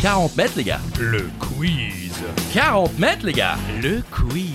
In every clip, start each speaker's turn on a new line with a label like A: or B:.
A: 40 mètres, les gars.
B: Le quiz.
A: 40 mètres, les gars.
B: Le quiz.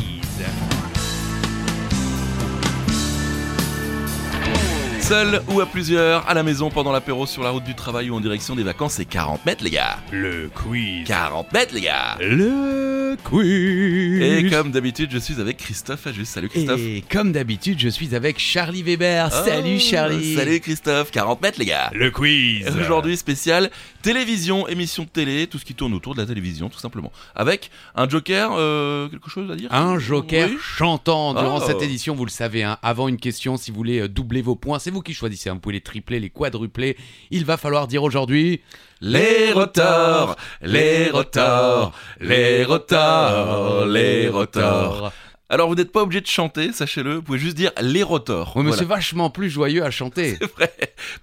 A: Seul ou à plusieurs, à la maison, pendant l'apéro, sur la route du travail ou en direction des vacances, c'est 40 mètres, les gars.
B: Le quiz.
A: 40 mètres, les gars.
B: Le quiz.
A: Et comme d'habitude, je suis avec Christophe Ajus. Salut Christophe.
C: Et comme d'habitude, je suis avec Charlie Weber. salut
A: Oh,
C: Charlie.
A: Salut Christophe. 40 mètres, les gars.
B: Le quiz.
A: Aujourd'hui spécial télévision, émission de télé, tout ce qui tourne autour de la télévision tout simplement. Avec un joker, euh, quelque chose à dire
C: Un joker
A: Oui.
C: chantant durant
A: Oh.
C: cette édition, vous le savez. hein. Avant une question, si vous voulez euh, doubler vos points, c'est vous qui choisissez. hein. Vous pouvez les tripler, les quadrupler. Il va falloir dire aujourd'hui.
A: Les rotors, les rotors, les rotors, les rotors. Alors vous n'êtes pas obligé de chanter, sachez-le, vous pouvez juste dire les rotors.
C: Oui, mais
A: Voilà.
C: c'est vachement plus joyeux à chanter.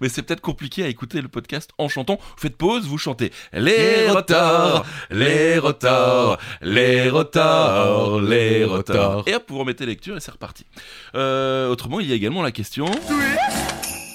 A: Mais c'est peut-être compliqué à écouter le podcast en chantant. Vous faites pause, vous chantez les
C: Les
A: rotors,
C: rotors,
A: les rotors, les rotors, les
C: les
A: rotors.
C: rotors.
A: Et hop, vous remettez lecture et c'est reparti. Euh, autrement, il y a également la question.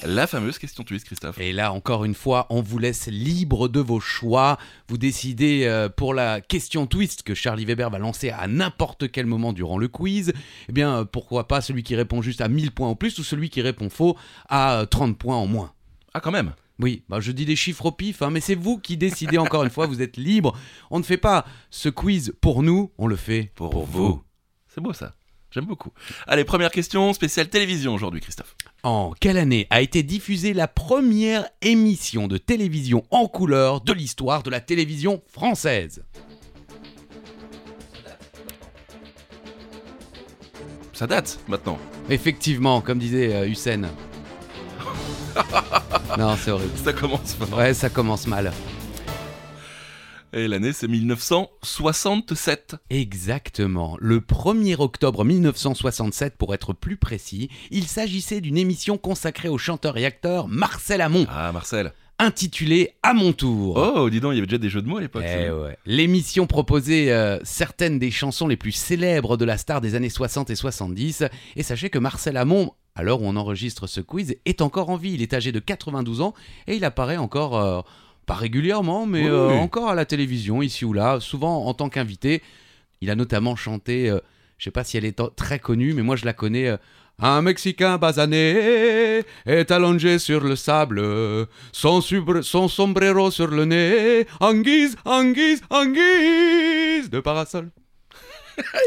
A: La fameuse question twist, Christophe.
C: Et là, encore une fois, on vous laisse libre de vos choix. Vous décidez euh, pour la question twist que Charlie Weber va lancer à n'importe quel moment durant le quiz. Eh bien, euh, pourquoi pas celui qui répond juste à 1000 points en plus ou celui qui répond faux à euh, 30 points en moins
A: Ah, quand même.
C: oui, bah, je dis des chiffres au pif, hein, mais c'est vous qui décidez encore une fois, vous êtes libre. On ne fait pas ce quiz pour nous, on le fait
A: Pour vous. C'est beau ça. J'aime beaucoup. Allez, première question spéciale télévision aujourd'hui, Christophe.
C: En quelle année a été diffusée la première émission de télévision en couleur de l'histoire de la télévision française
A: Ça date maintenant.
C: Effectivement, comme disait euh, Hussein. non, c'est horrible.
A: Ça commence. pas.
C: Ouais, ça commence mal.
A: Et l'année, c'est 1967.
C: Exactement. Le 1er octobre 1967, pour être plus précis, il s'agissait d'une émission consacrée au chanteur et acteur Marcel Amont,
A: Ah, Marcel.
C: intitulée À mon tour.
A: Oh, dis donc, il y avait déjà des jeux de mots à l'époque.
C: Eh
A: c'est bon.
C: ouais. L'émission proposait euh, certaines des chansons les plus célèbres de la star des années 60 et 70. Et sachez que Marcel Amont, à l'heure où on enregistre ce quiz, est encore en vie. Il est âgé de 92 ans et il apparaît encore, euh, pas régulièrement, mais
A: Oui,
C: euh,
A: oui.
C: encore à la télévision, ici ou là, souvent en tant qu'invité. Il a notamment chanté, euh, je sais pas si elle est en- très connue, mais moi je la connais. euh, un Mexicain basané est allongé sur le sable, son, subre- son sombrero sur le nez, en guise, en guise, en guise de parasol.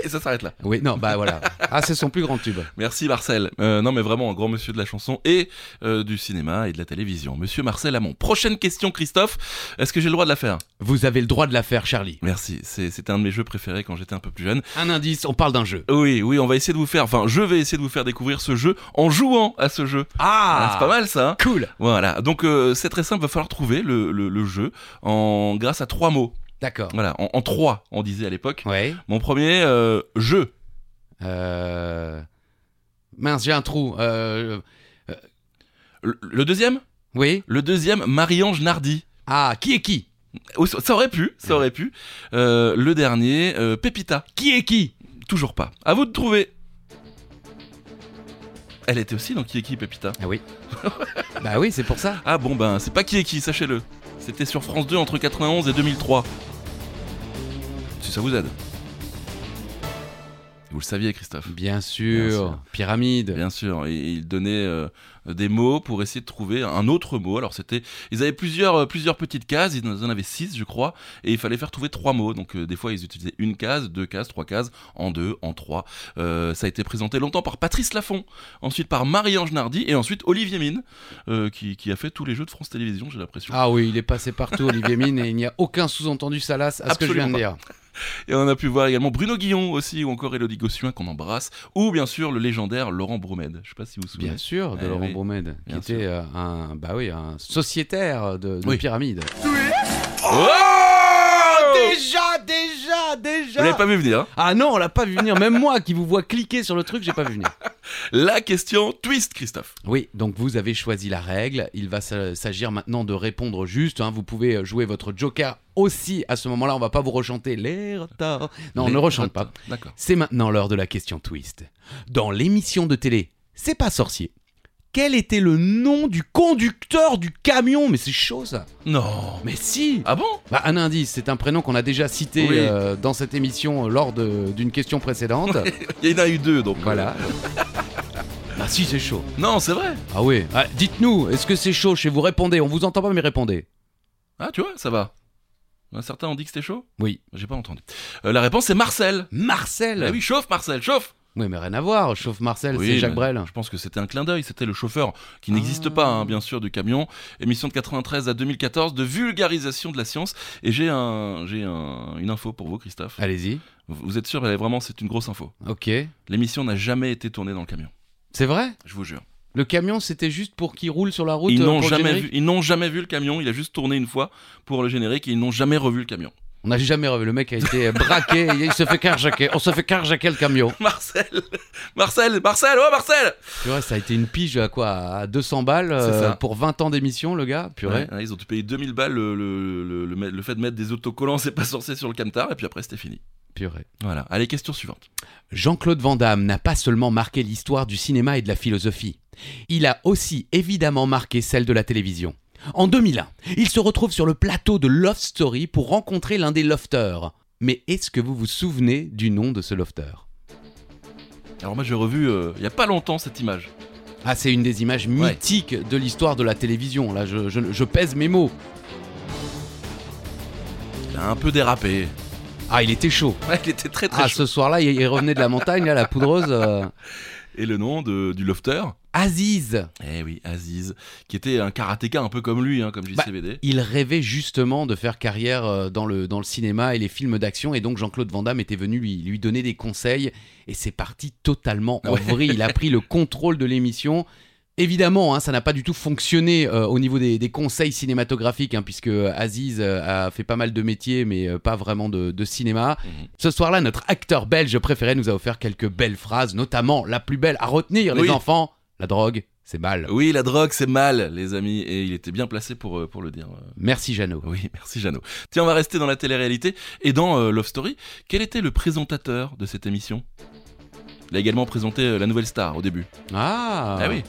A: Et ça s'arrête là.
C: Oui, non, bah voilà. Ah, c'est son plus grand tube.
A: Merci Marcel. Euh, non mais vraiment un grand monsieur de la chanson et euh, du cinéma et de la télévision. Monsieur Marcel Amon. Prochaine question Christophe. Est-ce que j'ai le droit de la faire
C: Vous avez le droit de la faire, Charlie.
A: Merci. C'est- C'était un de mes jeux préférés quand j'étais un peu plus jeune.
C: Un indice, on parle d'un jeu.
A: Oui, oui, on va essayer de vous faire, enfin je vais essayer de vous faire découvrir ce jeu en jouant à ce jeu. Ah,
C: Ah,
A: c'est pas mal ça. hein
C: Cool.
A: voilà, donc euh, c'est très simple, va falloir trouver le, le- le jeu en grâce à trois mots.
C: D'accord.
A: Voilà, en, en trois, on disait à l'époque.
C: Ouais.
A: Mon premier, euh, jeu.
C: Euh... Mince, j'ai un trou. Euh...
A: Le, le deuxième
C: Oui.
A: Le deuxième, Marie-Ange Nardi.
C: Ah, qui est qui
A: Oh, ça ça aurait pu, ça aurait pu. Euh, le dernier, euh, Pépita.
C: Qui est qui
A: Toujours pas. À vous de trouver. Elle était aussi dans Qui est qui, Pépita
C: Ah oui. bah oui, c'est pour ça.
A: Ah bon, ben, c'est pas Qui est qui, sachez-le. C'était sur France 2 entre 91 et 2003. Si ça vous aide. Vous le saviez, Christophe.
C: Bien sûr.
A: Bien sûr.
C: Pyramide.
A: Bien sûr, et ils donnaient euh, des mots pour essayer de trouver un autre mot. Alors c'était, ils avaient plusieurs, euh, plusieurs petites cases, ils en avaient six, je crois, et il fallait faire trouver trois mots. Donc euh, des fois ils utilisaient une case, deux cases, trois cases, en deux, en trois. Euh, ça a été présenté longtemps par Patrice Laffont, ensuite par Marie-Ange Nardi, et ensuite Olivier Mine, euh, qui, qui a fait tous les jeux de France Télévisions, j'ai l'impression.
C: Ah oui, il est passé partout, Olivier Mine, et il n'y a aucun sous-entendu salace à ce que je viens de dire.
A: Et on a pu voir également Bruno Guillon aussi, ou encore Elodie Gossuin qu'on embrasse, ou bien sûr le légendaire Laurent Bromède. Je sais pas si vous vous souvenez.
C: Bien sûr, de
A: Eh
C: Laurent
A: oui,
C: Bromède, qui
A: bien
C: était euh, un, bah oui, un sociétaire de, de
A: Oui.
C: pyramide.
A: Oh
C: Déjà, déjà,
A: Vous l'avez
C: déjà
A: pas vu venir. hein
C: Ah non, on l'a pas vu venir. Même moi qui vous vois cliquer sur le truc, j'ai pas vu venir.
A: La question twist, Christophe.
C: Oui, donc vous avez choisi la règle. Il va s- s'agir maintenant de répondre juste. hein. Vous pouvez jouer votre joker aussi à ce moment-là. On va pas vous rechanter les retards. Non, on
A: Les
C: ne rechante
A: rotards.
C: pas.
A: D'accord.
C: C'est maintenant l'heure de la question twist. Dans l'émission de télé, c'est pas sorcier. quel était le nom du conducteur du camion Mais c'est chaud ça
A: Non.
C: Mais si
A: Ah bon
C: Bah, Un indice, c'est un prénom qu'on a déjà cité
A: Oui.
C: euh, dans cette émission euh, lors de- d'une question précédente.
A: Il y en a eu deux donc. euh,
C: voilà. bah si, c'est chaud.
A: Non, c'est vrai.
C: Ah oui. Ah, Dites-nous, est-ce que c'est chaud chez vous Répondez, on vous entend pas mais répondez.
A: Ah, tu vois, ça va. Ouais, Certains ont dit que c'était chaud
C: Oui. Euh.
A: J'ai pas entendu. Euh, la réponse c'est Marcel.
C: Marcel
A: Ah oui, chauffe Marcel, chauffe
C: Oui, mais rien à voir, chauffe Marcel,
A: Oui,
C: c'est Jacques
A: mais
C: Brel.
A: Je pense que c'était un clin d'œil, c'était le chauffeur qui
C: Ah.
A: n'existe pas, hein, bien sûr, du camion. Émission de 93 à 2014 de vulgarisation de la science. Et j'ai un, j'ai un- une info pour vous, Christophe.
C: Allez-y.
A: Vous vous êtes sûr, mais vraiment, c'est une grosse info.
C: Ok.
A: L'émission n'a jamais été tournée dans le camion.
C: C'est vrai
A: Je vous jure.
C: Le camion, c'était juste pour qu'il roule sur la route
A: Ils
C: euh,
A: n'ont
C: pour le
A: jamais
C: générique
A: vu, ils n'ont jamais vu le camion. Il a juste tourné une fois pour le générique et ils n'ont jamais revu le camion.
C: On n'a jamais revu. Le mec a été braqué, il se fait carjacker. On se fait carjacker le camion.
A: Marcel, Marcel, Marcel, oh Marcel
C: Tu vois, ça a été une pige à quoi À 200 balles
A: C'est
C: euh,
A: ça.
C: pour 20 ans d'émission, le gars Purée.
A: Ouais, ouais, ils ont dû payer 2000 balles le, le- le- le ma- le fait de mettre des autocollants, c'est pas censé sur le camtar, et puis après c'était fini.
C: Purée.
A: Voilà. Allez, question suivante.
C: Jean-Claude Van Damme n'a pas seulement marqué l'histoire du cinéma et de la philosophie, il a aussi évidemment marqué celle de la télévision. En 2001, il se retrouve sur le plateau de Love Story pour rencontrer l'un des lofters. Mais est-ce que vous vous souvenez du nom de ce lofter
A: Alors moi j'ai revu euh, il y a pas longtemps cette image.
C: Ah, c'est une des images
A: Ouais.
C: mythiques de l'histoire de la télévision. Là, je, je- je pèse mes mots.
A: Elle a un peu dérapé.
C: Ah, il était chaud.
A: Ouais, il était très très
C: Ah,
A: chaud.
C: ce soir-là, il il revenait de la montagne, là, la poudreuse. euh,
A: Et le nom de- du lofter
C: Aziz,
A: Eh oui, Aziz, qui était un karatéka un peu comme lui, hein, comme
C: Bah,
A: JCVD.
C: il rêvait justement de faire carrière euh, dans le, dans le cinéma et les films d'action, et donc Jean-Claude Van Damme était venu lui, lui donner des conseils, et c'est parti totalement en
A: Ouais.
C: vrille. Il a pris le contrôle de l'émission. Évidemment, hein, ça n'a pas du tout fonctionné euh, au niveau des, des conseils cinématographiques, hein, puisque Aziz euh, a fait pas mal de métiers, mais euh, pas vraiment de, de cinéma.
A: Mhm.
C: Ce soir-là, notre acteur belge préféré nous a offert quelques belles phrases, notamment la plus belle à retenir, les
A: Oui.
C: enfants, la drogue, c'est mal.
A: Oui, la drogue, c'est mal, les amis, et il était bien placé pour, euh, pour le dire. euh.
C: Merci Jeannot.
A: Oui, merci Jeannot. Tiens, on va rester dans la télé-réalité et dans euh, Love Story. Quel était le présentateur de cette émission Il a également présenté euh, La Nouvelle Star au début.
C: Ah,
A: Ah, oui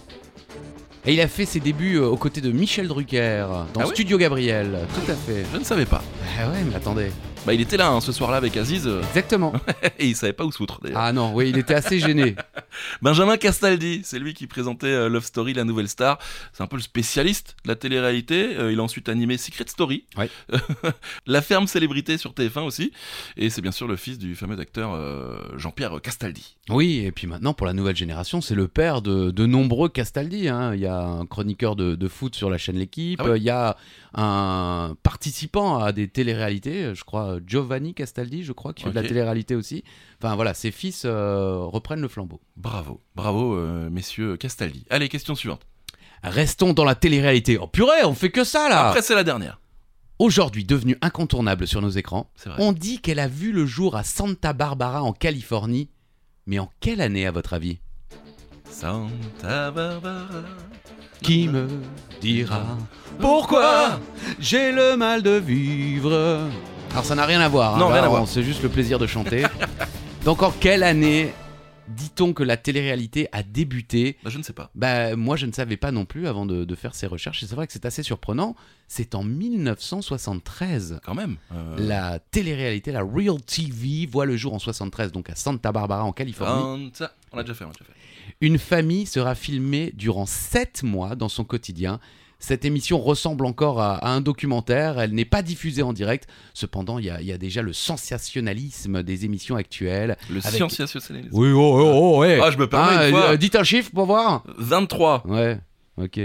C: Et il a fait ses débuts euh, aux côtés de Michel Drucker, dans
A: Ah oui
C: Studio Gabriel. Tout à fait.
A: Je ne savais pas.
C: Ah ouais, mais attendez.
A: Bah, il était là hein, ce soir-là avec Aziz euh,
C: Exactement.
A: et il savait pas où se foutre d'ailleurs.
C: Ah non, oui, il était assez gêné.
A: Benjamin Castaldi, c'est lui qui présentait euh, Love Story, la nouvelle star. C'est un peu le spécialiste de la télé-réalité. Euh, il a ensuite animé Secret Story,
C: Ouais.
A: La ferme célébrité sur TF1 aussi. Et c'est bien sûr le fils du fameux acteur euh, Jean-Pierre Castaldi.
C: Oui, et puis maintenant, pour la nouvelle génération, c'est le père de, de nombreux Castaldi. hein. Il y a un chroniqueur de, de foot sur la chaîne L'équipe.
A: Ah oui
C: Il y a un participant à des téléréalités, je crois, Giovanni Castaldi, je crois, qui fait de la
A: Ok.
C: téléréalité aussi. Enfin voilà, ses fils euh, reprennent le flambeau.
A: Bravo, bravo, euh, messieurs Castaldi. Allez, question suivante.
C: Restons dans la téléréalité. Oh purée, on fait que ça là
A: Après, c'est la dernière.
C: Aujourd'hui devenue incontournable sur nos écrans,
A: C'est vrai.
C: on dit qu'elle a vu le jour à Santa Barbara en Californie. Mais en quelle année, à votre avis
A: Santa Barbara.
C: Qui me dira pourquoi j'ai le mal de vivre Alors ça n'a rien à voir. hein.
A: Non,
C: Là,
A: rien à
C: on-
A: voir.
C: C'est juste le plaisir de chanter. Donc en quelle année dit-on que la télé-réalité a débuté
A: Bah, je ne sais pas.
C: bah, moi, je ne savais pas non plus avant de, de faire ces recherches, et c'est vrai que c'est assez surprenant. C'est en 1973.
A: Quand même. Euh,
C: La télé-réalité, la Real TV, voit le jour en 73, donc à Santa Barbara, en Californie.
A: Santa- On l'a déjà fait, on l'a déjà fait.
C: Une famille sera filmée durant 7 mois dans son quotidien. Cette émission ressemble encore à, à un documentaire, elle n'est pas diffusée en direct. Cependant, il y, a- il y a déjà le sensationnalisme des émissions actuelles.
A: Le
C: Avec-
A: scientifique, c'est les-
C: Oui, oh, oh, oh,
A: Ah, je me permets une fois.
C: Dites un chiffre pour voir
A: 23.
C: Ouais, ok.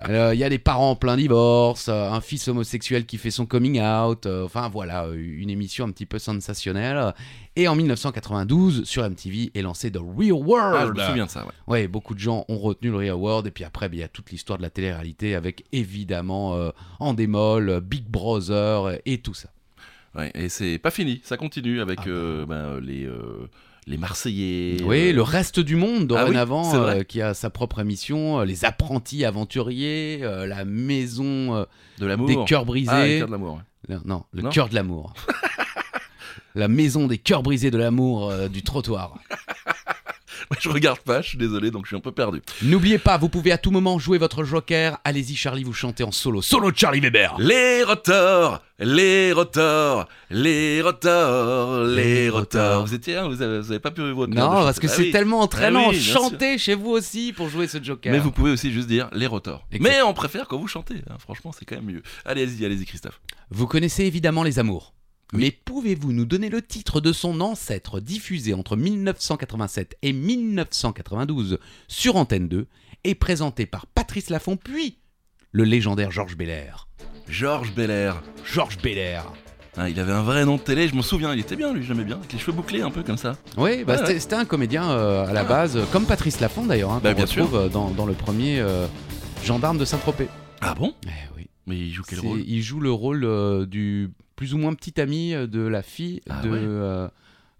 C: Alors, Il y a des parents en plein divorce, euh, un fils homosexuel qui fait son coming out, euh, enfin voilà, euh, une émission un petit peu sensationnelle. Et en 1992, sur MTV, est lancé The Real
A: Ah, je
C: World.
A: me souviens de ça, ouais.
C: Ouais, beaucoup de gens ont retenu le Real World, et puis après, ben, il y a toute l'histoire de la télé-réalité avec évidemment euh, Endemol, euh, Big Brother euh, et tout ça.
A: Ouais, et c'est pas fini, ça continue avec
C: Ah.
A: euh, ben, euh, les, euh, les Marseillais.
C: oui,
A: euh,
C: le reste du monde
A: Ah oui,
C: dorénavant
A: c'est vrai.
C: euh, qui a sa propre émission, euh, les apprentis aventuriers, euh, la maison euh,
A: de l'amour.
C: des cœurs
A: Ah, les
C: brisés.
A: cœurs de l'amour. ouais.
C: Non, non, le
A: Non
C: cœur de l'amour. la maison des cœurs brisés de l'amour euh, du trottoir.
A: Moi, je regarde pas, je suis désolé, donc je suis un peu perdu.
C: N'oubliez pas, vous pouvez à tout moment jouer votre joker. Allez-y, Charlie, vous chantez en solo. Solo de Charlie Weber.
A: Les rotors, les rotors, les rotors, les rotors. Vous étiez, hein, vous, avez, vous avez pas pu votre
C: Non, parce que c'est
A: tellement
C: tellement entraînant.
A: Ah oui, bien sûr.
C: Chantez chez vous aussi pour jouer ce joker.
A: Mais vous pouvez aussi juste dire les rotors.
C: Exact.
A: Mais on préfère quand vous chantez. hein. Franchement, c'est quand même mieux. Allez-y, allez-y, Christophe.
C: Vous connaissez évidemment Les Amours.
A: Oui.
C: Mais pouvez-vous nous donner le titre de son ancêtre diffusé entre 1987 et 1992 sur Antenne 2 et présenté par Patrice Laffont puis le légendaire Georges Belair
A: Georges Belair.
C: Georges Belair
A: Ah, il avait un vrai nom de télé, je m'en souviens. Il était bien, lui, j'aimais bien. Avec les cheveux bouclés, un peu comme ça.
C: Oui, bah,
A: Ouais,
C: c'était- c'était un comédien euh, à la base, euh, comme Patrice Laffont d'ailleurs, hein,
A: Bah,
C: qu'on
A: bien
C: retrouve euh, dans, dans le premier euh, Gendarme de Saint-Tropez.
A: Ah bon
C: Eh oui.
A: Mais il joue quel
C: C'est-
A: rôle
C: Il joue le rôle euh, du plus ou moins petit ami euh, de la fille
A: Ah
C: de,
A: ouais.
C: euh,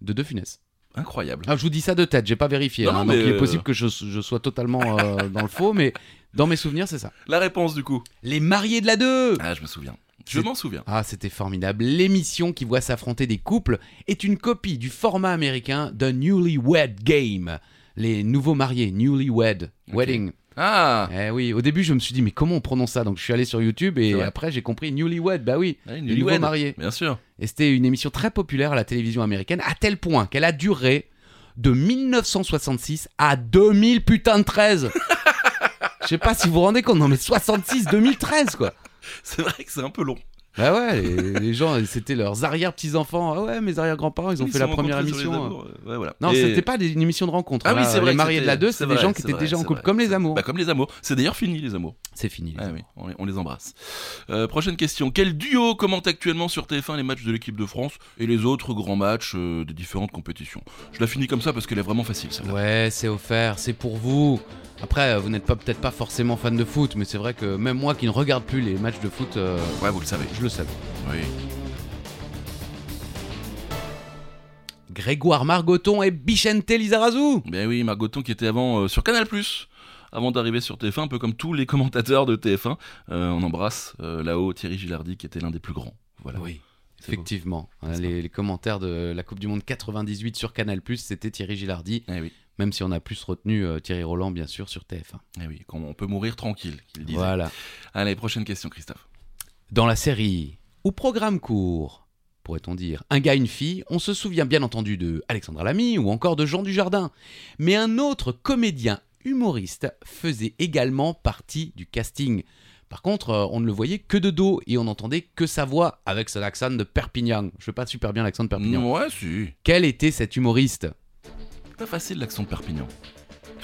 C: de De Funès.
A: Incroyable.
C: Ah, je vous dis ça de tête, j'ai pas vérifié.
A: Non,
C: hein,
A: non,
C: donc
A: mais,
C: il est
A: euh,
C: possible que je, je sois totalement euh, dans le faux, mais dans mes souvenirs, c'est ça.
A: La réponse, du coup.
C: Les mariés de la deux
A: Ah, je me souviens. Je
C: C'est-
A: m'en souviens.
C: Ah, c'était formidable. L'émission qui voit s'affronter des couples est une copie du format américain d'un Newlywed Game. Les nouveaux mariés, Newlywed,
A: Ok.
C: Wedding.
A: Ah
C: Eh oui, au début, je me suis dit, mais comment on prononce ça Donc je suis allé sur YouTube
A: C'est
C: et
A: vrai.
C: après, j'ai compris Newlywed, bah oui,
A: Allez,
C: les
A: Ah, Newlywed.
C: nouveaux mariés.
A: Bien sûr.
C: Et c'était une émission très populaire à la télévision américaine, à tel point qu'elle a duré de 1966 à 2000 putain de 13. Je sais pas si vous vous rendez compte, non mais 66, 2013 quoi.
A: C'est vrai que c'est un peu long.
C: Bah ouais, les, les gens, c'était leurs arrière-petits-enfants. Ah ouais, mes arrière-grands-parents, ils ont fait la première
A: rencontrés sur les
C: émission.
A: amours, euh, ouais, voilà.
C: Non,
A: Et-
C: c'était pas des- une émission de rencontre.
A: Ah oui,
C: Là,
A: c'est vrai.
C: Les
A: que
C: mariés de la
A: c'était-
C: 2,
A: c'est
C: c'est des
A: vrai,
C: gens qui
A: c'est
C: étaient
A: vrai,
C: déjà en
A: c'est
C: couple,
A: vrai.
C: comme les
A: C'est-
C: amours.
A: Bah, comme les amours. C'est d'ailleurs fini, les amours.
C: C'est fini. les
A: Ah
C: amours.
A: oui, on les, on les embrasse. Euh, prochaine question. Quel duo commente actuellement sur TF1 les matchs de l'équipe de France et les autres grands matchs euh, des différentes compétitions Je la finis comme ça parce qu'elle est vraiment facile. celle-là.
C: Ouais, c'est offert, c'est pour vous. Après, euh, vous n'êtes pas peut-être pas forcément fan de foot, mais c'est vrai que même moi qui ne regarde plus les matchs de foot, euh,
A: Ouais, vous le savez.
C: je le savais.
A: Oui.
C: Grégoire Margoton et Bichente Lizarazu.
A: Ben oui, Margoton qui était avant euh, sur Canal+, avant d'arriver sur TF1, un peu comme tous les commentateurs de TF1. Euh, on embrasse euh, là-haut Thierry Gilardi qui était l'un des plus grands. Voilà.
C: Oui,
A: C'est beau.
C: effectivement. hein,
A: C'est
C: les, les commentaires de la Coupe du Monde 98 sur Canal+, c'était Thierry Gilardi,
A: Eh oui,
C: même si on a plus retenu euh, Thierry Roland, bien sûr, sur TF1.
A: eh oui, qu'on- on peut mourir tranquille, qu'il disait.
C: Voilà.
A: Allez, prochaine question, Christophe.
C: Dans la série ou programme court, pourrait-on dire, un gars, une fille, on se souvient bien entendu de Alexandra Lamy ou encore de Jean Dujardin. Mais un autre comédien humoriste faisait également partie du casting. Par contre, euh, on ne le voyait que de dos et on n'entendait que sa voix avec son accent de Perpignan. Je fais pas super bien l'accent de Perpignan.
A: Ouais, si.
C: Quel était cet humoriste
A: Pas facile l'accent de Perpignan.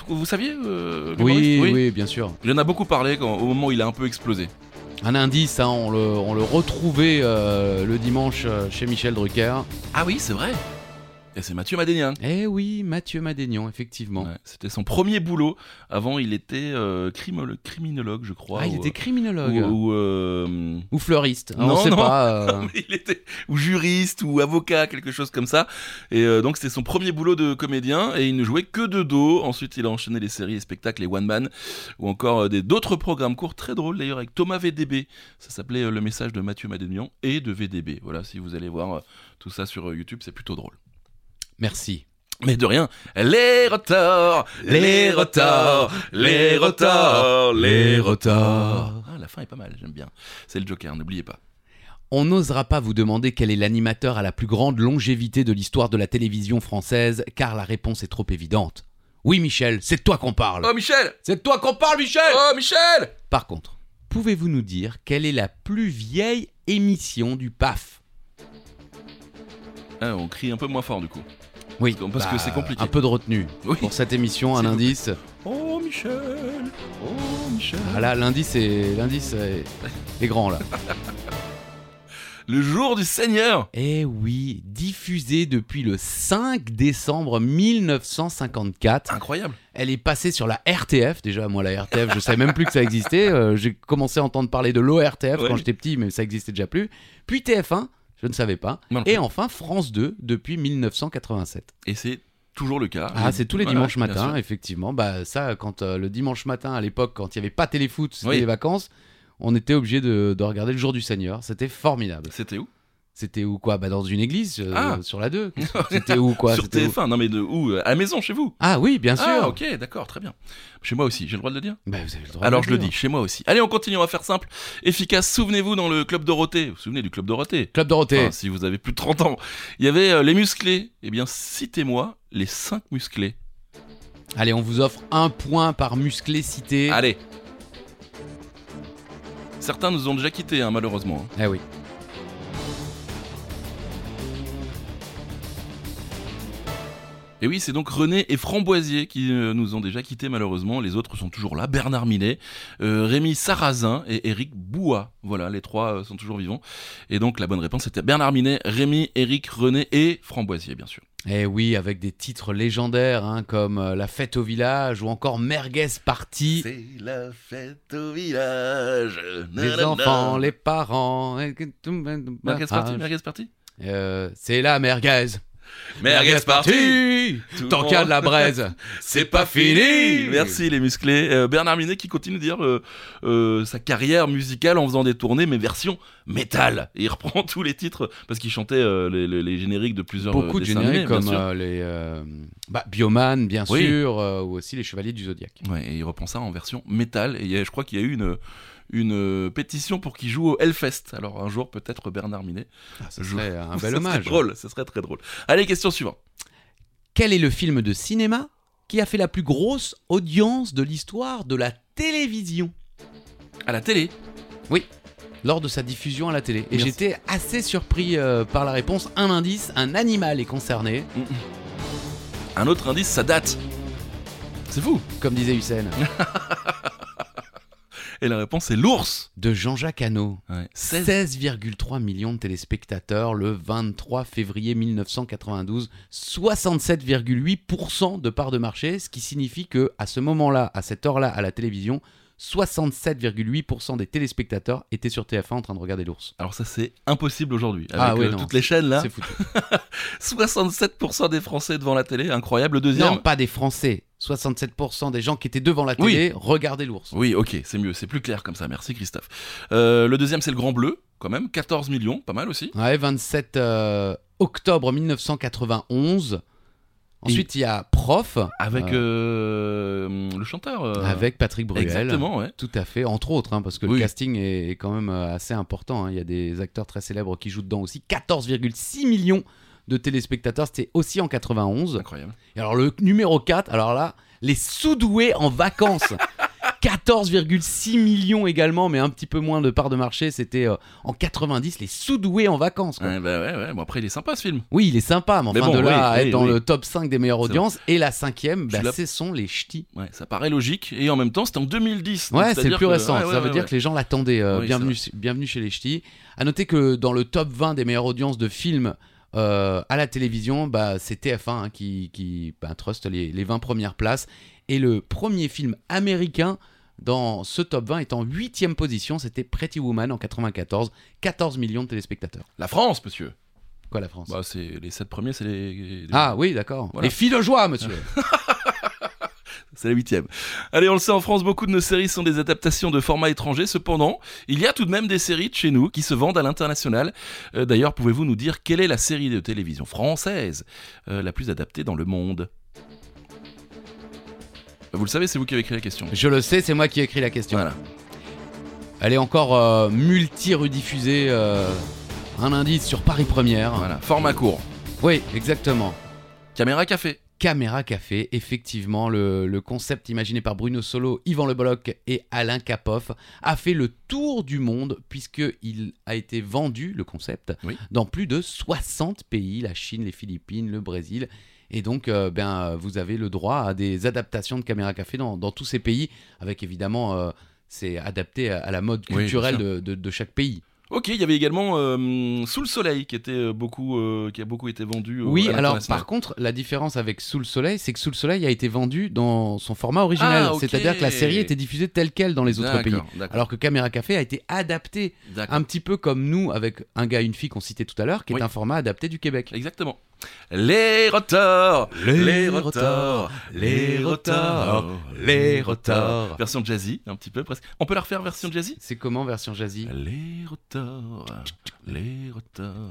A: Vous saviez euh,
C: oui,
A: l'humoriste
C: oui, bien sûr.
A: Il en a beaucoup parlé quand- au moment où il a un peu explosé.
C: Un indice, hein, on, le, on le retrouvait euh, le dimanche euh, chez Michel Drucker.
A: Ah oui, c'est vrai. Et c'est Mathieu Madénian.
C: Eh oui, Mathieu Madénian, effectivement.
A: Ouais, C'était son premier boulot. Avant, il était euh, crimolo- criminologue, je crois.
C: ah, il
A: ou,
C: était
A: euh,
C: criminologue.
A: Ou, ou, euh,
C: Ou fleuriste, hein,
A: Non,
C: on sait
A: non.
C: pas. euh,
A: il était ou juriste ou avocat, quelque chose comme ça. Et euh, donc c'était son premier boulot de comédien et il ne jouait que de dos. Ensuite il a enchaîné les séries, les spectacles, les one man ou encore euh, des d'autres programmes courts très drôles d'ailleurs avec Thomas VDB. Ça s'appelait euh, Le message de Mathieu Madénian et de VDB. Voilà, si vous allez voir euh, tout ça sur euh, YouTube, c'est plutôt drôle.
C: Merci.
A: Mais de rien, les retards, les retards, les retards, les retards. Ah, la fin est pas mal, j'aime bien. C'est le Joker, n'oubliez pas.
C: On n'osera pas vous demander quel est l'animateur à la plus grande longévité de l'histoire de la télévision française, car la réponse est trop évidente. Oui, Michel, c'est de toi qu'on parle.
A: Oh Michel
C: C'est de toi qu'on parle, Michel
A: Oh Michel
C: Par contre, pouvez-vous nous dire quelle est la plus vieille émission du PAF
A: Ah, on crie un peu moins fort du coup.
C: Oui, bah,
A: Parce que- parce que c'est compliqué.
C: Un peu de retenue.
A: Oui.
C: Pour cette émission, un
A: S'il vous plaît.
C: indice.
A: Oh Michel Oh Michel
C: Ah là, l'indice est, l'indice est- est grand là.
A: Le jour du Seigneur
C: Eh oui, diffusée depuis le 5 décembre 1954.
A: Incroyable
C: Elle est passée sur la RTF. Déjà, moi, la RTF, je savais même plus que ça existait. Euh, J'ai commencé à entendre parler de l'ORTF
A: Ouais.
C: quand j'étais petit, mais ça existait déjà plus. Puis TF1, je ne savais pas.
A: Non, non.
C: Et enfin, France 2 depuis 1987.
A: Et c'est toujours le cas.
C: Ah, c'est tous les
A: Voilà,
C: dimanches
A: bien
C: matins,
A: sûr.
C: effectivement. Bah, ça, quand euh, le dimanche matin, à l'époque, quand il n'y avait pas téléfoot, c'était
A: Oui.
C: les vacances, on était obligé de, de regarder le jour du Seigneur. C'était formidable.
A: C'était où
C: C'était où quoi Bah dans une église euh,
A: Ah.
C: sur la 2. C'était où quoi
A: Sur
C: C'était où
A: TF1, non mais de où euh, À la maison, chez vous
C: Ah oui, bien sûr.
A: Ah ok, d'accord, très bien. Chez moi aussi, j'ai le droit de le dire
C: Bah, vous avez le droit.
A: Alors
C: de
A: je le
C: dire.
A: dis, chez moi aussi. Allez, on continue, on va faire simple, efficace. Souvenez-vous dans le Club Dorothée, vous vous souvenez du Club Dorothée
C: Club Dorothée.
A: Enfin, Si vous avez plus de 30 ans. Il y avait euh, les musclés. Eh bien, citez-moi les 5 musclés.
C: Allez, on vous offre un point par musclé cité.
A: Ah. Allez Certains nous ont déjà quittés, hein, malheureusement.
C: Eh oui.
A: Et oui, c'est donc René et Framboisier qui euh, nous ont déjà quittés malheureusement. Les autres sont toujours là. Bernard Minet, euh, Rémi Sarrazin et Éric Boua. Voilà, les trois euh, sont toujours vivants. Et donc la bonne réponse était Bernard Minet, Rémi, Éric, René et Framboisier, bien sûr.
C: Eh oui, avec des titres légendaires hein, comme euh, La fête au village ou encore Merguez Party.
A: C'est la fête au village.
C: Les enfants, les parents. et que tout-
A: Merguez parti,
C: Ah,
A: merguez parti.
C: euh, C'est la merguez.
A: Tout le
C: Tant qu'il y a
A: monde.
C: de la braise.
A: C'est
C: pas fini.
A: Merci les musclés. Euh, Bernard Minet qui continue de dire euh, euh, sa carrière musicale en faisant des tournées, mais version métal. Et il reprend tous les titres parce qu'il chantait euh, les, les- les génériques de plusieurs
C: Beaucoup
A: euh,
C: de
A: dessins animés,
C: génériques
A: bien
C: comme
A: sûr.
C: euh, les euh, bah, Bioman, bien
A: Oui.
C: sûr, euh, ou aussi les Chevaliers du Zodiaque.
A: Ouais, et il reprend ça en version métal. Et il y a- je crois qu'il y a eu une, une euh, pétition pour qu'il joue au Hellfest. Alors un jour, peut-être Bernard Minet.
C: Ah, ça
A: Je-
C: serait un
A: Ça
C: bel
A: serait
C: hommage.
A: drôle, ce serait très drôle. Allez, question suivante.
C: Quel est le film de cinéma qui a fait la plus grosse audience de l'histoire de la télévision
A: À la télé,
C: lors de sa diffusion à la télé Et
A: Merci.
C: j'étais assez surpris euh, par la réponse. Un indice, un animal est concerné,
A: un autre indice, ça date. C'est fou.
C: comme disait Hussein,
A: Et la réponse est l'ours.
C: de Jean-Jacques Hano.
A: Ouais. 16
C: 16,3 millions de téléspectateurs le 23 février 1992, 67,8% de part de marché, ce qui signifie que à ce moment-là, à cette heure-là, à la télévision, 67,8% des téléspectateurs étaient sur TF1 en train de regarder l'ours.
A: Alors ça c'est impossible aujourd'hui avec
C: Ah ouais,
A: euh,
C: non.
A: toutes les chaînes là.
C: C'est foutu.
A: 67% des Français devant la télé, incroyable. Le deuxième.
C: Non, pas des Français. 67% des gens qui étaient devant la
A: Oui.
C: télé regardaient l'ours.
A: Oui, ok, c'est mieux, c'est plus clair comme ça. Merci Christophe. Euh, le deuxième c'est le Grand Bleu, quand même, 14 millions, pas mal aussi.
C: Ouais, 27 euh, octobre 1991. Ensuite, il y a Prof
A: Avec
C: Ah.
A: euh, hum, le chanteur. euh,
C: avec Patrick Bruel.
A: Exactement, ouais.
C: Tout à fait, entre autres, hein, parce que
A: Oui.
C: le casting est, est quand même euh, assez important. hein. Il y a des acteurs très célèbres qui jouent dedans aussi. 14,6 millions de téléspectateurs, c'était aussi en 91.
A: Incroyable.
C: Et alors le numéro 4, alors là, les sous-doués en vacances. 14,6 millions également, mais un petit peu moins de part de marché. C'était euh, en 90, les sous-doués en vacances. quoi.
A: Ouais, bah ouais, ouais. Bon, après il est sympa ce film.
C: Oui, il est sympa, mais enfin
A: Mais bon,
C: de là
A: oui,
C: à être
A: oui,
C: dans
A: oui.
C: le top 5 des meilleures
A: C'est vrai.
C: audiences. Et la cinquième,
A: Je
C: bah,
A: l'ai-
C: ce sont les ch'tis.
A: Ouais, ça paraît logique et en même temps c'était en 2010. donc
C: Ouais, c'est le
A: c'est-à-dire
C: plus
A: que-
C: récent.
A: ouais,
C: ça
A: ouais,
C: veut
A: ouais,
C: dire
A: ouais.
C: que les gens l'attendaient. euh,
A: Oui, c'est
C: bienvenue, bienvenue chez les ch'tis. À noter que dans le top 20 des meilleures audiences de films euh, à la télévision, bah, c'est TF1 hein, qui, qui bah, trust les, les 20 premières places. Et le premier film américain dans ce top 20 est en 8 position. C'était Pretty Woman en 94. 14 millions de téléspectateurs.
A: La France, monsieur.
C: Quoi, la France
A: Bah c'est les sept premiers, c'est les. les-
C: Ah oui, d'accord.
A: Voilà.
C: Les filles de joie, monsieur.
A: C'est la huitième. Allez, on le sait, en France, beaucoup de nos séries sont des adaptations de formats étrangers. Cependant, il y a tout de même des séries de chez nous qui se vendent à l'international. Euh, D'ailleurs, pouvez-vous nous dire quelle est la série de télévision française euh, la plus adaptée dans le monde Vous le savez, c'est vous qui avez écrit la question.
C: Je le sais, c'est moi qui ai écrit la question.
A: Voilà.
C: Elle est encore euh, multi-rediffusée. euh, un indice sur Paris Première.
A: Voilà. Format court.
C: Oui, exactement.
A: Caméra café.
C: Caméra Café, effectivement, le, le concept imaginé par Bruno Solo, Yvan Le Bolloc et Alain Capoff a fait le tour du monde puisqu'il a été vendu, le concept,
A: Oui.
C: dans plus de 60 pays, la Chine, les Philippines, le Brésil. Et donc, euh, ben, euh, vous avez le droit à des adaptations de Caméra Café dans, dans tous ces pays, avec évidemment, euh, c'est adapté à, à la mode
A: Oui, bien
C: culturelle
A: sûr.
C: de- de- de chaque pays.
A: Ok, il y avait également euh, Sous le soleil qui était euh, beaucoup, euh, qui a beaucoup été vendu. euh,
C: Oui,
A: à
C: alors
A: l'international.
C: par contre, la différence avec Sous le Soleil, c'est que Sous le Soleil a été vendu dans son format original.
A: Ah, ok.
C: C'est-à-dire que la série était diffusée telle qu'elle dans les autres pays.
A: D'accord, D'accord.
C: Alors que Caméra Café a été adapté
A: d'accord.
C: un petit peu comme nous, avec un gars et une fille qu'on citait tout à l'heure, qui
A: Oui.
C: est un format adapté du Québec.
A: Exactement. Les rotors
C: Les
A: rotors
C: les rotors, les rotors.
A: Version jazzy, un petit peu presque. On peut la refaire version jazzy
C: C'est comment version jazzy
A: Les rotors, les rotors,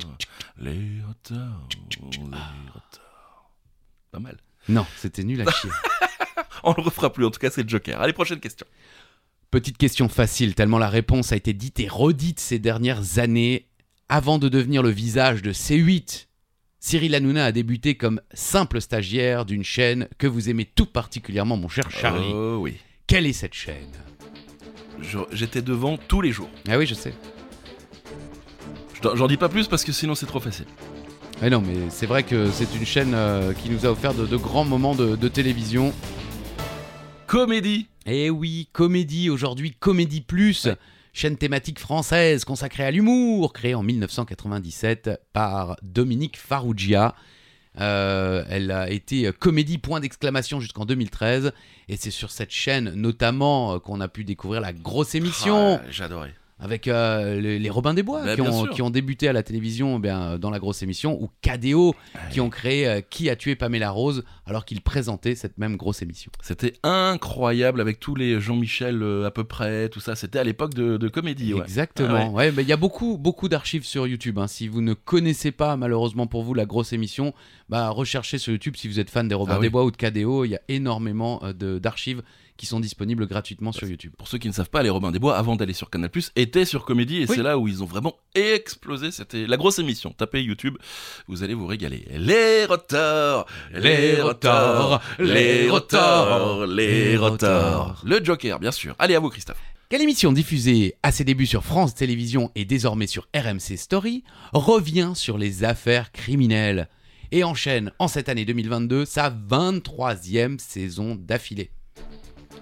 A: les rotors, les rotors. Pas mal.
C: Non, c'était nul à chier.
A: On le refera plus, en tout cas c'est le Joker. Allez, prochaine question.
C: Petite question facile, tellement la réponse a été dite et redite ces dernières années. Avant de devenir le visage de C8, Cyril Hanouna a débuté comme simple stagiaire d'une chaîne que vous aimez tout particulièrement, mon cher Charlie.
A: Oh oui.
C: Quelle est cette chaîne
A: Je- J'étais devant tous les jours.
C: Ah oui, je sais.
A: Je t'en- J'en dis pas plus parce que sinon c'est trop facile.
C: Mais non, mais c'est vrai que c'est une chaîne euh, qui nous a offert de, de grands moments de, de télévision.
A: Comédie
C: Eh oui, comédie aujourd'hui, Comédie Plus,
A: Ouais.
C: chaîne thématique française consacrée à l'humour, créée en 1997 par Dominique Farrugia. Euh, elle a été euh, comédie point d'exclamation jusqu'en 2013 et c'est sur cette chaîne notamment euh, qu'on a pu découvrir la grosse émission
A: Ah, J'adorais.
C: avec euh, les, les Robins des Bois
A: Bah,
C: qui,
A: bien
C: ont,
A: sûr.
C: qui ont débuté à la télévision eh bien, dans la grosse émission ou KDO
A: Ah,
C: qui ont créé euh, Qui a tué Pamela Rose alors qu'ils présentaient cette même grosse émission.
A: C'était incroyable avec tous les Jean-Michel euh, à peu près, tout ça. C'était à l'époque de, de comédie, ouais.
C: Exactement. ouais. mais il y a beaucoup, beaucoup d'archives sur YouTube. hein. Si vous ne connaissez pas, malheureusement pour vous, la grosse émission, bah, recherchez sur YouTube si vous êtes fan des Robins
A: Ah oui.
C: des Bois ou de KDO. Il y a énormément euh, de- d'archives qui sont disponibles gratuitement sur YouTube.
A: Pour ceux qui ne savent pas, les Robins des Bois, avant d'aller sur Canal+, étaient sur Comédie et
C: Oui.
A: c'est là où ils ont vraiment explosé. C'était la grosse émission. Tapez YouTube, vous allez vous régaler. Les rotors, les rotors, les rotors, les
C: les
A: rotors.
C: rotors.
A: Le Joker, bien sûr. Allez à vous, Christophe.
C: Quelle émission diffusée à ses débuts sur France Télévisions et désormais sur RMC Story revient sur les affaires criminelles et enchaîne en cette année 2022 sa 23e saison d'affilée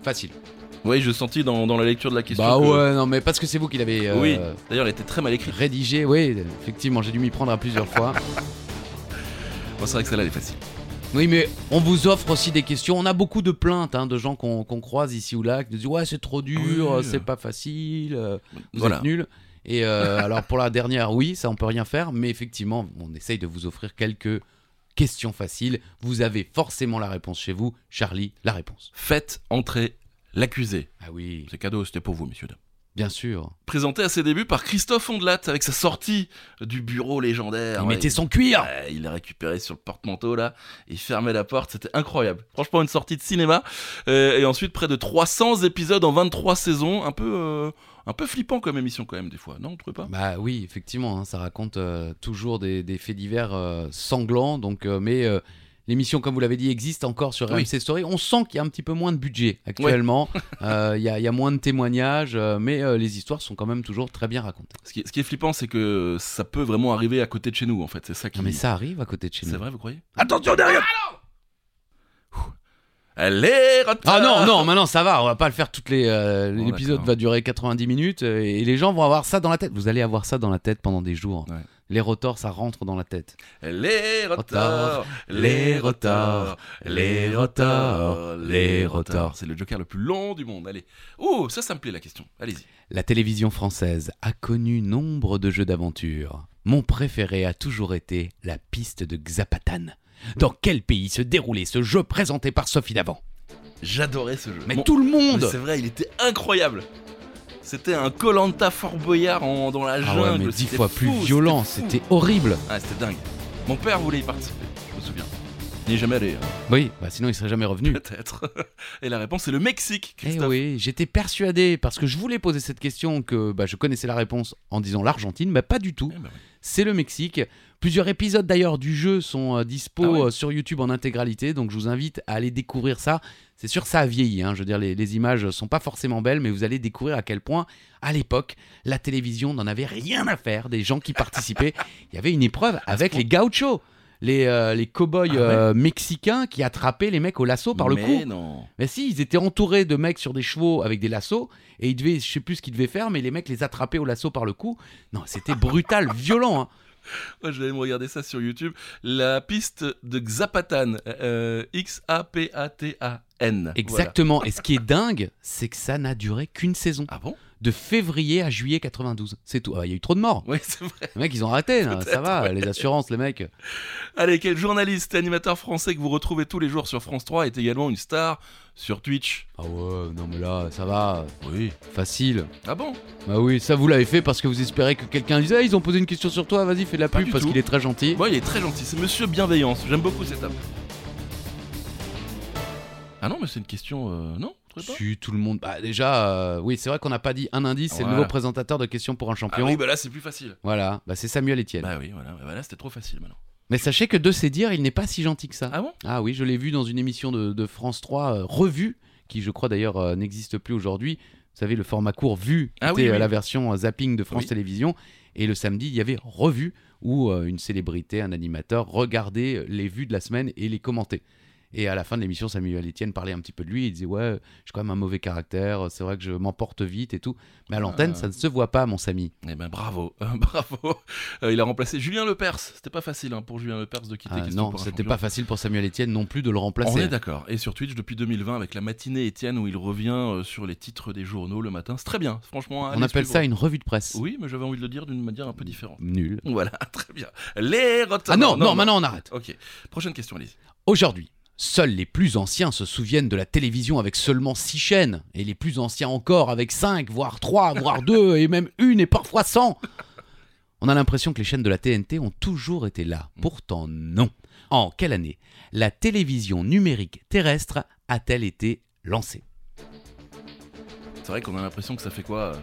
C: Facile.
A: Oui, je sentis dans, dans la lecture de la question
C: Bah
A: que-
C: ouais, non, mais parce que c'est vous qui l'avez euh,
A: Oui, d'ailleurs, elle était très mal écrite.
C: rédigé, oui, effectivement, j'ai dû m'y prendre à plusieurs fois.
A: Bon, c'est vrai que celle-là, elle est facile.
C: Oui, mais on vous offre aussi des questions. On a beaucoup de plaintes hein, de gens qu'on qu'on croise ici ou là qui nous disent Ouais, c'est trop dur,
A: Oui.
C: c'est pas facile, euh, vous
A: voilà.
C: êtes nuls. Et euh, alors pour la dernière, oui, ça on peut rien faire, mais effectivement, on essaye de vous offrir quelques questions faciles. Vous avez forcément la réponse chez vous, Charlie, la réponse.
A: Faites entrer l'accusé.
C: Ah oui,
A: C'est cadeau, c'était pour vous, messieurs. dames.
C: bien sûr.
A: Présenté à ses débuts par Christophe Ondelat avec sa sortie du bureau légendaire.
C: Il
A: Ah Ouais,
C: mettait son cuir
A: Ouais, Euh, il l'a récupéré sur le porte-manteau là, il fermait la porte, c'était incroyable. Franchement, une sortie de cinéma. Euh, et ensuite, près de 300 épisodes en 23 saisons, un peu, euh, un peu flippant comme émission quand même des fois, non, on trouve pas
C: Bah oui, effectivement, hein, ça raconte euh, toujours des, des faits divers euh, sanglants. Donc, euh, mais euh, l'émission, comme vous l'avez dit, existe encore sur
A: Oui.
C: RMC Story. On sent qu'il y a un petit peu moins de budget actuellement. Euh, Il y, a- il y a moins de témoignages, euh, mais euh, les histoires sont quand même toujours très bien racontées.
A: ce qui, ce qui est flippant, c'est que ça peut vraiment arriver à côté de chez nous en fait, c'est ça qui...
C: Non, Ah, mais ça arrive à côté de chez
A: c'est
C: nous.
A: vrai, vous croyez Attention derrière Ouh. Allez,
C: Ah
A: retard
C: non, non, maintenant ça va, on va pas le faire toutes les. euh,
A: Bon,
C: L'épisode
A: d'accord.
C: va durer 90 minutes euh, et les gens vont avoir ça dans la tête. Vous allez avoir ça dans la tête pendant des jours.
A: Ouais.
C: Les rotors, ça rentre dans la tête.
A: Les retards,
C: Retards,
A: les
C: les
A: retards,
C: retards,
A: les
C: les
A: retards,
C: retards,
A: les
C: les
A: retards.
C: retards.
A: C'est le Joker le plus long du monde. Allez. Oh, ça, ça me plaît la question. Allez-y.
C: La télévision française a connu nombre de jeux d'aventure. Mon préféré a toujours été la piste de Xapatan. Dans quel pays se déroulait ce jeu présenté par Sophie Davant
A: J'adorais ce jeu.
C: Mais
A: Mon-
C: tout le
A: mais
C: monde
A: C'est vrai, il était incroyable. C'était un Colanta Fort Boyard en- dans la
C: Ah
A: jungle.
C: ouais, mais dix
A: C'était
C: fois
A: fou,
C: plus violent,
A: fou.
C: c'était horrible.
A: Ah, c'était dingue. Mon père voulait y participer, je me souviens. Il n'est jamais allé, hein,
C: Oui, bah sinon il serait jamais revenu.
A: peut-être. Et la réponse, c'est le Mexique,
C: Eh
A: Christophe.
C: oui, j'étais persuadé parce que je voulais poser cette question que bah, je connaissais la réponse en disant l'Argentine, mais pas du tout.
A: Eh ben oui.
C: C'est le Mexique. Plusieurs épisodes d'ailleurs du jeu sont euh, dispo
A: Ah ouais.
C: euh, sur YouTube en intégralité, donc je vous invite à aller découvrir ça. C'est sûr, ça a vieilli. hein. Je veux dire, les, les images sont pas forcément belles, mais vous allez découvrir à quel point, à l'époque, la télévision n'en avait rien à faire des gens qui participaient. Il y avait une épreuve avec les gauchos. Les, euh, les cow-boys
A: Ah ouais.
C: euh, mexicains qui attrapaient les mecs au lasso par le
A: Mais
C: cou.
A: non.
C: Mais si, ils étaient entourés de mecs sur des chevaux avec des lassos et ils devaient, je sais plus ce qu'ils devaient faire, mais les mecs les attrapaient au lasso par le cou. Non, c'était brutal, violent. hein.
A: Ouais, je vais aller me regarder ça sur YouTube. La piste de Xapatan. euh, X-A-P-A-T-A-N. Voilà.
C: Exactement. Et ce qui est dingue, c'est que ça n'a duré qu'une saison.
A: Ah bon
C: de février à juillet 92. C'est tout. Ah, Il y a eu trop de morts.
A: Oui, c'est vrai.
C: Les mecs, ils ont arrêté. là. Ça va, les assurances, les mecs.
A: Allez, quel journaliste et animateur français que vous retrouvez tous les jours sur France 3 est également une star sur Twitch
C: Ah ouais, non mais là, ça va,
A: Oui.
C: facile.
A: Ah bon
C: Bah oui, ça vous l'avez fait parce que vous espérez que quelqu'un dise Ah, ils ont posé une question sur toi, vas-y, fais de la
A: Pas
C: pub
A: du
C: parce
A: tout.
C: qu'il est très gentil.
A: Bon, il est très gentil. C'est Monsieur Bienveillance. J'aime beaucoup cet homme. Ah non, mais c'est une question. euh, non vous trouvez pas
C: Si tout le monde. Bah déjà, euh, oui, c'est vrai qu'on n'a pas dit un indice, c'est le
A: Voilà.
C: nouveau présentateur de Questions pour un
A: Ah
C: champion.
A: oui, bah là, c'est plus facile.
C: Voilà, bah c'est Samuel Etienne.
A: Bah oui, voilà. Bah là, c'était trop facile maintenant.
C: Mais sachez que de ses dires, il n'est pas si gentil que ça.
A: Ah bon
C: Ah oui, je l'ai vu dans une émission de, de France 3 euh, revue, qui je crois d'ailleurs euh, n'existe plus aujourd'hui. Vous savez, le format court vu,
A: Ah
C: c'était
A: oui,
C: euh,
A: oui.
C: la version euh, zapping de France
A: Oui.
C: Télévisions. Et le samedi, il y avait revue, où euh, une célébrité, un animateur, regardait euh, les vues de la semaine et les commentait. Et à la fin de l'émission, Samuel Etienne parlait un petit peu de lui. Il disait Ouais, j'ai quand même un mauvais caractère, c'est vrai que je m'emporte vite et tout. Mais à l'antenne,
A: Ah.
C: ça ne se voit pas, mon Sami.
A: Eh ben bravo, euh, bravo. Euh, il a remplacé Julien Lepers. C'était pas facile hein, pour Julien Lepers de quitter.
C: Ah,
A: Question
C: non,
A: pour un
C: c'était
A: champion.
C: pas facile pour Samuel Etienne non plus de le remplacer.
A: On est d'accord. Et sur Twitch depuis 2020 avec la matinée Étienne où il revient euh, sur les titres des journaux le matin. C'est très bien, franchement.
C: On
A: allez
C: appelle
A: suivre.
C: ça une revue de presse.
A: Oui, mais j'avais envie de le dire d'une manière un peu différente.
C: Nul.
A: Voilà, très bien. Les retards.
C: Ah non, non, maintenant on arrête.
A: Ok, prochaine question, allez.
C: Aujourd'hui, seuls les plus anciens se souviennent de la télévision avec seulement 6 chaînes, et les plus anciens encore avec 5, voire 3, voire 2, et même une, et parfois 100. On a l'impression que les chaînes de la TNT ont toujours été là.
A: Mm.
C: Pourtant, non. En quelle année la télévision numérique terrestre a-t-elle été lancée
A: C'est vrai qu'on a l'impression que ça fait quoi euh,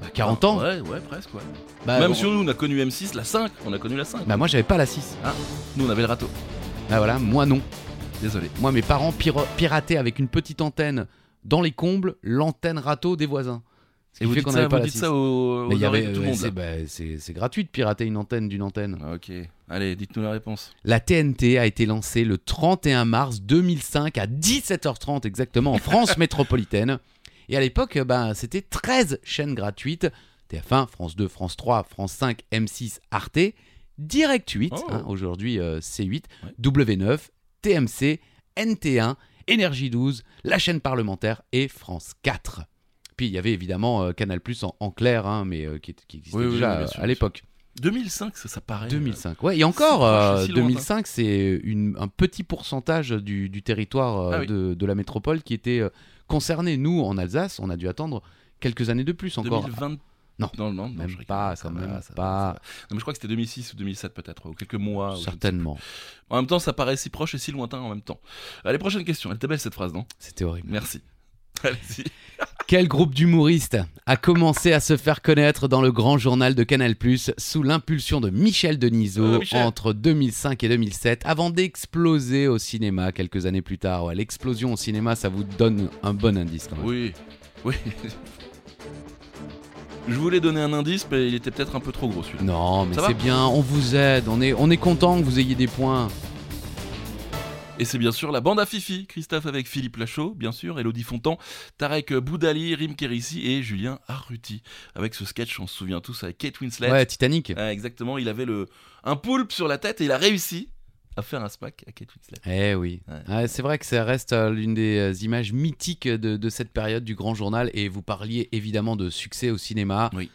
C: bah, 40 ans
A: Ouais, ouais, presque. ouais.
C: bah,
A: Même
C: bon.
A: sur nous, on a connu M6, la 5. On a connu la 5.
C: Bah, moi, j'avais pas la 6.
A: Nous, on avait le râteau.
C: Bah voilà, moi non.
A: Désolé.
C: Moi, mes parents pira- pirataient avec une petite antenne dans les combles l'antenne râteau des voisins.
A: Et
C: Ce qui
A: vous
C: fait
A: dites
C: qu'on
A: ça,
C: n'avait pas
A: vous
C: la
A: dites
C: 6.
A: ça aux,
C: Mais
A: aux
C: il y
A: oreilles
C: avait-
A: de tout le
C: ouais,
A: monde.
C: c'est, bah, c'est- c'est gratuit de pirater une antenne d'une antenne.
A: là. Ah, Ok, allez, dites-nous la réponse.
C: La TNT a été lancée le 31 mars 2005 à 17h30 exactement en France métropolitaine. Et à l'époque, bah, c'était 13 chaînes gratuites. TF1, France 2, France 3, France 5, M6, Arte, Direct 8,
A: Oh.
C: hein, aujourd'hui euh, C8,
A: Ouais.
C: W9, TMC, NT1, Énergie 12, la chaîne parlementaire et France 4. Puis il y avait évidemment euh, Canal Plus en, en clair, hein, mais euh, qui, qui existait
A: Oui, oui,
C: déjà
A: oui, bien
C: euh,
A: sûr, bien sûr.
C: à l'époque.
A: 2005, ça, ça paraît.
C: 2005, ouais. Et encore, euh,
A: proche, si lointain.
C: 2005, c'est une- un petit pourcentage du, du territoire euh,
A: Ah oui.
C: de, de la métropole qui était euh, concerné. Nous, en Alsace, on a dû attendre quelques années de plus
A: euh,
C: encore.
A: 2020.
C: Non.
A: non, non, non,
C: Même
A: je rigole.
C: pas,
A: Ça
C: quand
A: va,
C: même
A: ça va,
C: pas.
A: ça va. Non, mais je crois que c'était 2006 ou 2007 peut-être, ou quelques mois. ou je ne sais
C: Certainement.
A: plus. En même temps, ça paraît si proche et si lointain en même temps. Allez, prochaine question. Elle était belle cette phrase, non
C: C'était horrible.
A: Merci. Allez-y.
C: Quel groupe d'humoristes a commencé à se faire connaître dans le grand journal de Canal+, sous l'impulsion de Michel Denisot
A: Euh, Michel.
C: entre 2005 et 2007, avant d'exploser au cinéma quelques années plus tard Ouais, L'explosion au cinéma, ça vous donne un bon indice quand même.
A: Oui. Oui. Je voulais donner un indice, mais il était peut-être un peu trop gros celui-là.
C: Non, mais
A: Ça va
C: c'est bien, on vous aide, on est, on est content que vous ayez des points.
A: Et c'est bien sûr la bande à Fifi, Christophe avec Philippe Lachaud, bien sûr, Elodie Fontan, Tarek Boudali, Rim Kérissi et Julien Arruti. Avec ce sketch, on se souvient tous, avec Kate Winslet.
C: Ouais, Titanic.
A: Ah, exactement, il avait le, un poulpe sur la tête et il a réussi à faire un spack à Kate Winslet.
C: Eh oui.
A: Ouais.
C: Ouais, c'est vrai que ça reste euh, l'une des euh, images mythiques de, de cette période du grand journal. Et vous parliez évidemment de succès au cinéma.
A: Oui.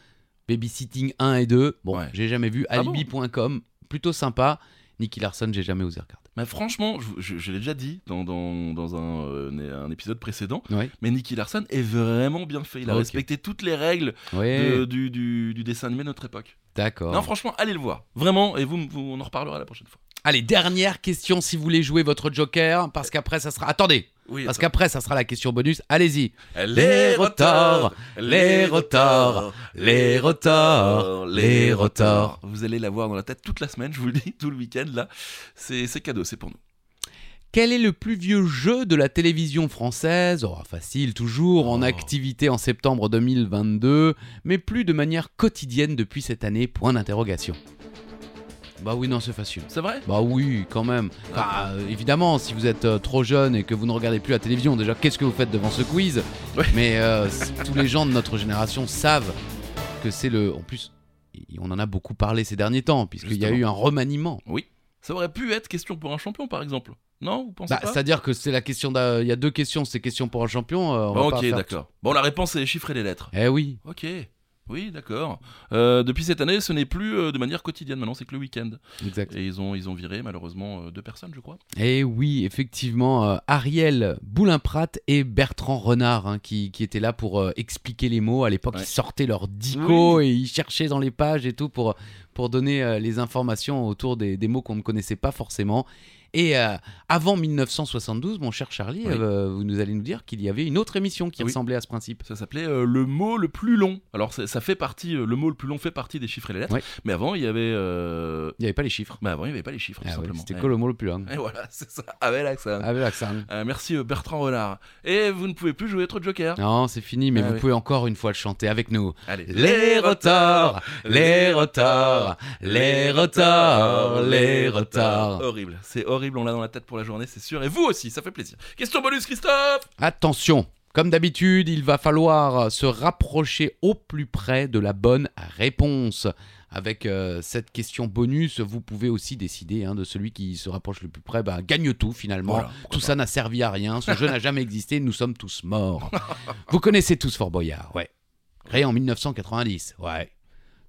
C: Babysitting 1 et 2. Bon,
A: Ouais.
C: j'ai jamais vu.
A: Ah bon
C: Alibi.com, plutôt sympa. Nicky Larson, j'ai jamais osé regarder.
A: Mais franchement, je, je- je l'ai déjà dit dans, dans, dans un, euh, un épisode précédent,
C: Ouais.
A: mais Nicky Larson est vraiment bien fait. Il a
C: Ok.
A: respecté toutes les règles
C: Ouais,
A: de- du, du- du dessin animé de notre époque. Euh, Non,
C: d'accord.
A: franchement, allez le voir. Vraiment, et vous, vous- on en reparlera la prochaine fois.
C: Allez, dernière question si vous voulez jouer votre Joker. Parce qu'après, ça sera. Attendez!
A: Oui,
C: Parce
A: attends.
C: qu'après, ça sera la question bonus. Allez-y!
A: Les retards,
C: les retards, les retards, les retards.
A: Vous allez l'avoir dans la tête toute la semaine, je vous le dis, tout le week-end là. C'est c'est cadeau, c'est pour nous.
C: Quel est le plus vieux jeu de la télévision française oh, Facile, toujours en
A: Oh.
C: activité en septembre 2022, mais plus de manière quotidienne depuis cette année, point d'interrogation. Bah oui, non, c'est facile.
A: C'est vrai
C: Bah oui, quand même. Bah, euh, évidemment, si vous êtes euh, trop jeune et que vous ne regardez plus la télévision, déjà, qu'est-ce que vous faites devant ce quiz
A: Ouais.
C: Mais euh, c- tous les gens de notre génération savent que c'est le... En plus, y- on en a beaucoup parlé ces derniers temps, puisqu'il y a
A: Justement.
C: eu un remaniement.
A: Ça aurait pu être question pour un champion par exemple. Non, vous pensez
C: Bah,
A: pas
C: C'est-à-dire que c'est la question. d'un- Il y a deux questions. C'est question pour un champion. euh, on va
A: Bon,
C: pas
A: Ok,
C: faire-
A: d'accord. Bon, la réponse c'est les chiffres et les lettres.
C: Eh oui.
A: Ok. Oui, d'accord. Euh, depuis cette année, ce n'est plus euh, de manière quotidienne. Maintenant, c'est que le week-end.
C: Exact.
A: Et ils ont, ils ont viré malheureusement euh, deux personnes, je crois.
C: Eh oui, effectivement, euh, Ariel Boulin-Prat et Bertrand Renard hein, qui, qui étaient là pour euh, expliquer les mots. À l'époque,
A: Ouais.
C: ils sortaient leurs dico et ils cherchaient dans les pages et tout pour, pour donner euh, les informations autour des, des mots qu'on ne connaissait pas forcément. Et euh, avant 1972, mon cher Charlie,
A: Oui.
C: euh, vous nous allez nous dire qu'il y avait une autre émission qui
A: Oui.
C: ressemblait à ce principe.
A: Ça s'appelait euh, le mot le plus long. Alors ça, ça fait partie, euh, le mot le plus long fait partie des chiffres et les lettres.
C: Ouais.
A: Mais avant, il y avait, euh...
C: Il n'y avait pas les chiffres.
A: bah, avant, il y avait pas les chiffres tout
C: Ah ouais,
A: simplement.
C: C'était Ah.
A: Ouais.
C: que le mot le plus long.
A: Et voilà, c'est ça. Avec l'accent.
C: Avec l'accent.
A: Euh, merci euh, Bertrand Renard. Et vous ne pouvez plus jouer trop de Joker.
C: Non, c'est fini, mais
A: Ah
C: vous
A: oui.
C: pouvez encore une fois le chanter avec nous.
A: Allez.
C: Ah. Les retards, les retards, les retards, les retards.
A: Horrible, c'est horrible, on l'a dans la tête pour la journée, c'est sûr. Et vous aussi, ça fait plaisir. Question bonus, Christophe
C: Attention, comme d'habitude, il va falloir se rapprocher au plus près de la bonne réponse. Avec euh, cette question bonus, vous pouvez aussi décider hein, de celui qui se rapproche le plus près, bah, gagne tout finalement.
A: Voilà, pourquoi
C: tout ça n'a servi à rien, ce jeu n'a jamais existé, nous sommes tous morts. vous connaissez tous Fort Boyard, ouais. Créé en 1990, ouais.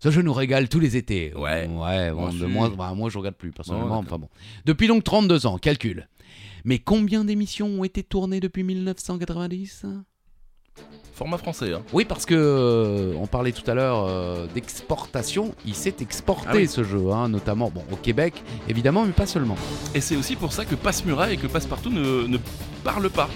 C: Ce jeu nous régale tous les étés.
A: Ouais.
C: Ouais, bon,
A: Moi
C: de
A: aussi.
C: moins, bah, moi je regarde plus personnellement,
A: Bon,
C: enfin bon. Depuis donc 32 ans, calcul. Mais combien d'émissions ont été tournées depuis 1990
A: Format français, hein.
C: Oui, parce que euh, on parlait tout à l'heure euh, d'exportation. Il s'est exporté
A: Ah oui.
C: ce jeu, hein, notamment bon, au Québec, évidemment, mais pas seulement.
A: Et c'est aussi pour ça que Passe-Murat et que Passe-Partout ne, ne parlent pas.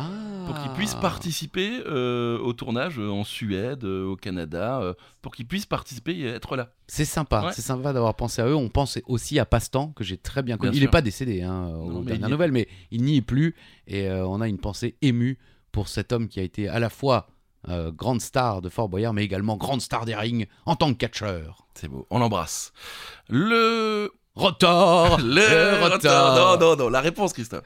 C: Ah.
A: Pour qu'ils puissent participer euh, au tournage euh, en Suède, euh, au Canada, euh, pour qu'ils puissent participer et être là.
C: C'est sympa,
A: Ouais.
C: c'est sympa d'avoir pensé à eux. On pense aussi à Pastan, que j'ai très bien connu.
A: Bien
C: il n'est
A: sûr.
C: pas décédé, hein,
A: Non,
C: aux
A: mais
C: dernières
A: il y est.
C: nouvelles, mais il n'y est plus. Et euh, on a une pensée émue pour cet homme qui a été à la fois euh, grande star de Fort Boyard, mais également grande star des rings en tant que catcheur.
A: C'est beau, on l'embrasse. Le...
C: Rotor Le
A: Non,
C: retard
A: non, non, la réponse, Christophe.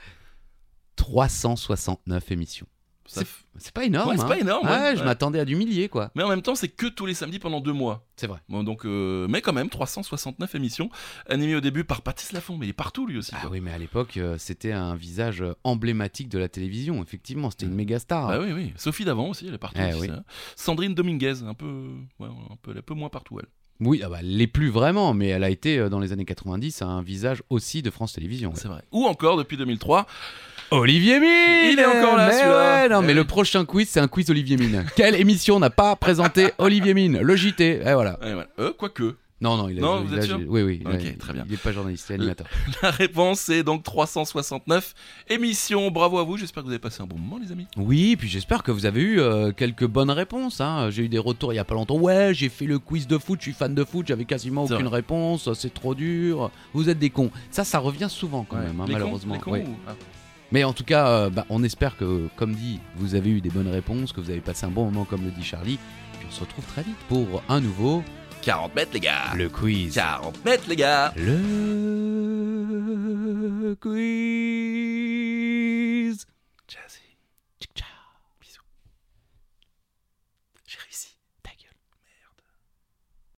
C: 369 émissions.
A: Ça f-
C: C'est pas énorme.
A: Ouais, c'est
C: hein.
A: pas énorme,
C: Ouais,
A: ouais,
C: je
A: ouais.
C: m'attendais à du millier, quoi.
A: Mais en même temps, c'est que tous les samedis pendant deux mois.
C: C'est vrai.
A: Bon, donc, euh, mais quand même, 369 émissions, animées au début par Patrice Laffont, mais il est partout lui aussi.
C: Ah
A: quoi.
C: oui, mais à l'époque, euh, c'était un visage euh, emblématique de la télévision. Effectivement, c'était une méga star.
A: Bah oui, oui. Sophie d'avant aussi, elle est partout.
C: Eh
A: aussi,
C: oui.
A: ça. Sandrine Dominguez, un peu, ouais, un peu, un peu moins partout elle.
C: Oui, ah bah, elle l'est plus vraiment, mais elle a été euh, dans les années 90 un visage aussi de France Télévisions. ouais.
A: C'est vrai. Ou encore depuis 2003,
C: Olivier Mine
A: Il est encore là,
C: mais
A: celui-là.
C: ouais, non,
A: Eh
C: mais
A: oui.
C: le prochain quiz, c'est un quiz Olivier Mine. Quelle émission n'a pas présenté Olivier Mine Le JT. Et voilà.
A: Eh, voilà. Euh, quoique.
C: Non, non, il est.
A: Non, vous
C: il
A: êtes
C: a-
A: sûr
C: Oui, oui. il a-
A: Ok, très bien.
C: Il n'est pas journaliste, il est animateur.
A: La réponse est donc 369 émissions. Bravo à vous, j'espère que vous avez passé un bon moment, les amis.
C: Oui, puis j'espère que vous avez eu euh, quelques bonnes réponses. hein. J'ai eu des retours il y a pas longtemps. Ouais, j'ai fait le quiz de foot, je suis fan de foot, j'avais quasiment
A: C'est
C: aucune réponse, c'est trop dur. Vous êtes des cons. Ça, ça revient souvent quand
A: Ouais.
C: même, hein,
A: Les cons,
C: malheureusement.
A: les cons
C: Ouais.
A: ou- ah.
C: Mais en tout cas, euh, bah, on espère que, comme dit, vous avez eu des bonnes réponses, que vous avez passé un bon moment, comme le dit Charlie. Puis on se retrouve très vite pour un nouveau Ah,
A: 40 mètres, les gars.
C: le quiz.
A: 40 mètres, les gars.
C: Le quiz.